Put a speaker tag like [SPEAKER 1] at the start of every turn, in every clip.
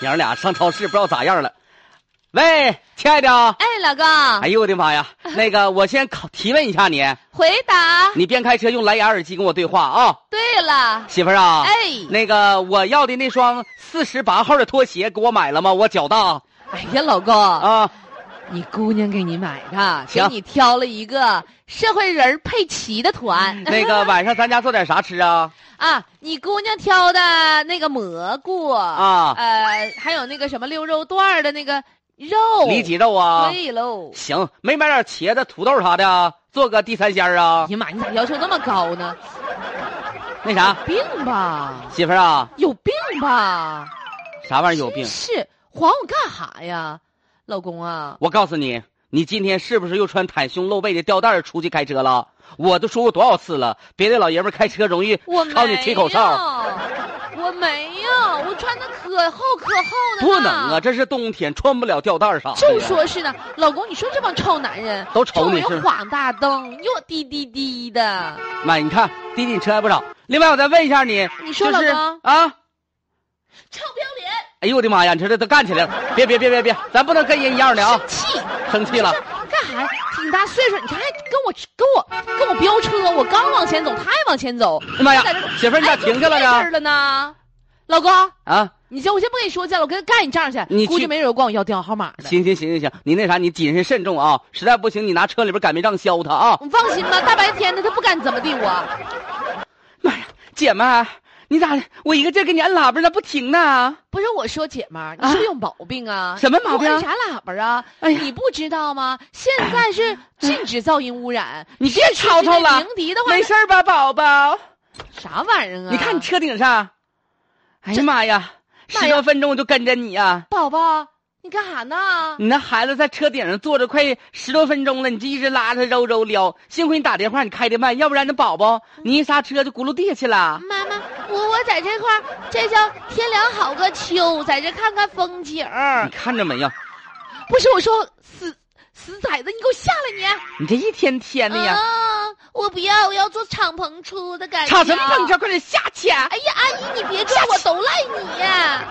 [SPEAKER 1] 娘儿俩上超市不知道咋样了。喂，亲爱的，
[SPEAKER 2] 哎，老公，
[SPEAKER 1] 哎呦我的妈 呀！那个，我先考提问一下你，
[SPEAKER 2] 回答
[SPEAKER 1] 你边开车用蓝牙耳机跟我对话啊、
[SPEAKER 2] 对了，
[SPEAKER 1] 媳妇儿啊。
[SPEAKER 2] 哎，
[SPEAKER 1] 那个我要的那双四十八号的拖鞋给我买了吗？我脚大
[SPEAKER 2] 哎呀，老公，
[SPEAKER 1] 啊，
[SPEAKER 2] 你姑娘给你买的，给
[SPEAKER 1] 行
[SPEAKER 2] 你挑了一个社会人儿佩奇的图案
[SPEAKER 1] 嗯那个晚上咱家做点啥吃啊？
[SPEAKER 2] 啊，你姑娘挑的那个蘑菇啊，
[SPEAKER 1] 啊，
[SPEAKER 2] 呃，还有那个什么溜肉段儿的那个肉，
[SPEAKER 1] 里脊肉啊？
[SPEAKER 2] 对喽。
[SPEAKER 1] 行，没买点茄子、土豆啥的啊，做个地三鲜儿
[SPEAKER 2] 哎
[SPEAKER 1] 啊？
[SPEAKER 2] 呀妈，你咋要求那么高呢？
[SPEAKER 1] 那啥，
[SPEAKER 2] 有病吧？
[SPEAKER 1] 媳妇儿啊，
[SPEAKER 2] 有病吧？
[SPEAKER 1] 啥玩意儿有病？
[SPEAKER 2] 是晃我干哈呀，老公啊？
[SPEAKER 1] 我告诉你，你今天是不是又穿袒胸露背的吊带儿出去开车了？我都说过多少次了，别的老爷们儿开车容易
[SPEAKER 2] 我
[SPEAKER 1] 朝你吹口哨。
[SPEAKER 2] 有，我没有，我穿的可厚可厚的呢。
[SPEAKER 1] 不能啊，！这是冬天，穿不了吊带儿哎啥的。
[SPEAKER 2] 就说是呢，老公，你说这帮臭男人
[SPEAKER 1] 都瞅你
[SPEAKER 2] 又
[SPEAKER 1] 是
[SPEAKER 2] 晃大灯，又滴滴滴的，
[SPEAKER 1] 妈，你看弟弟你车还不少。另外，我再问一下你，
[SPEAKER 2] 你说
[SPEAKER 1] 就是
[SPEAKER 2] 老公
[SPEAKER 1] 啊？
[SPEAKER 2] 臭不要脸，
[SPEAKER 1] 哎呦我的妈呀！你说这都干起来了，别别别别别，咱不能跟人一样的啊！
[SPEAKER 2] 生气
[SPEAKER 1] 生气了，哎
[SPEAKER 2] 干啥呀？挺大岁数，你这还跟我跟我跟我飙车，我刚往前走，他还往前走，
[SPEAKER 1] 哎呀妈呀
[SPEAKER 2] 在这儿！
[SPEAKER 1] 媳妇儿，你咋
[SPEAKER 2] 哎
[SPEAKER 1] 停下了
[SPEAKER 2] 这事儿
[SPEAKER 1] 呢？
[SPEAKER 2] 了呢？老公，
[SPEAKER 1] 啊，
[SPEAKER 2] 你先我先不跟你说去了，我跟干你仗去，
[SPEAKER 1] 你
[SPEAKER 2] 估
[SPEAKER 1] 去
[SPEAKER 2] 计没人管我要电话号码呢。
[SPEAKER 1] 行行行行行，你那啥，你谨慎慎重啊！实在不行，你拿车里边擀面杖削他啊！
[SPEAKER 2] 你放心吧，大白天的他不敢怎么地我。
[SPEAKER 1] 妈呀，姐们儿，你咋的？我一个劲儿给你按喇叭呢，不停呢？啊
[SPEAKER 2] 不是我说姐们儿，你是不是有毛病啊？
[SPEAKER 1] 什么毛病啊
[SPEAKER 2] 我按啥喇叭啊？
[SPEAKER 1] 哎呀
[SPEAKER 2] 你不知道吗？现在是禁止噪音污染。
[SPEAKER 1] 你别吵吵了
[SPEAKER 2] 鸣笛的话，
[SPEAKER 1] 没事儿吧，宝宝？
[SPEAKER 2] 啥玩意儿啊？
[SPEAKER 1] 你看你车顶上，哎呀
[SPEAKER 2] 这
[SPEAKER 1] 妈呀，
[SPEAKER 2] 妈呀
[SPEAKER 1] 十多分钟我就跟着你啊！
[SPEAKER 2] 宝宝，你干啥呢？
[SPEAKER 1] 你那孩子在车顶上坐着快十多分钟了，你就一直拉着揉揉撩。幸亏你打电话，你开的慢，要不然那宝宝
[SPEAKER 2] 嗯
[SPEAKER 1] 你一刹车就轱辘地下去了。
[SPEAKER 2] 妈妈，我我在这块儿，这叫天凉好个秋，在这看看风景儿。
[SPEAKER 1] 你看着没有？
[SPEAKER 2] 不是我说死死崽子，你给我下来你！
[SPEAKER 1] 你这一天天的哎呀，
[SPEAKER 2] 啊，我不要，我要坐敞篷车的感觉。
[SPEAKER 1] 吵什么碰车？快点下去！
[SPEAKER 2] 啊
[SPEAKER 1] 啊
[SPEAKER 2] 哎呀，阿姨，你别拽我，都赖你呀！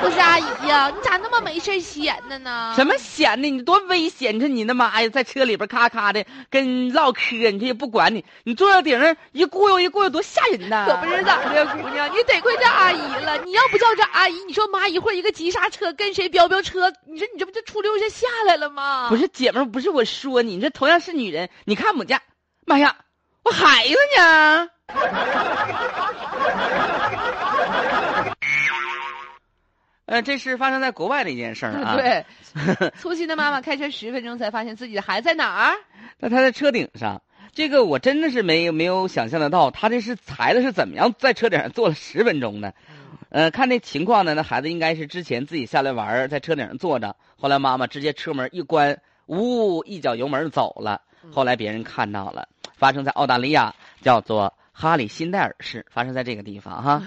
[SPEAKER 2] 不是阿姨呀、你咋那么没事儿闲的呢？
[SPEAKER 1] 什么闲的？你多危险！你说你那妈呀，在车里边咔咔的跟唠嗑，你这也不管你，你坐到顶上一咕悠一咕悠，多吓人呐！
[SPEAKER 2] 可不是咋的，姑娘，你得亏这阿姨了。你要不叫这阿姨，你说妈一会儿一个急刹车跟谁飙飙车，你说你这不就出溜就下来了吗？
[SPEAKER 1] 不，是姐们儿，不是我说你，这同样是女人，你看我家，妈呀，我孩子呢？ 呃，这是发生在国外的一件事儿啊。，
[SPEAKER 2] 对，粗心的妈妈开车十分钟才发现自己的孩子在哪儿。
[SPEAKER 1] 那他在车顶上，这个我真的是没有没有想象得到，他这是孩子是怎么样在车顶上坐了十分钟的。呃，看那情况呢，那孩子应该是之前自己下来玩儿，在车顶上坐着，后来妈妈直接车门一关，呜，一脚油门就走了。后来别人看到了，发生在澳大利亚，叫做哈里辛代尔市，发生在这个地方哈。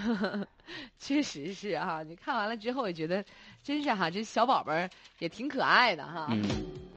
[SPEAKER 2] 确实是哈、你看完了之后也觉得，真是哈、这小宝贝儿也挺可爱的哈、
[SPEAKER 1] 嗯。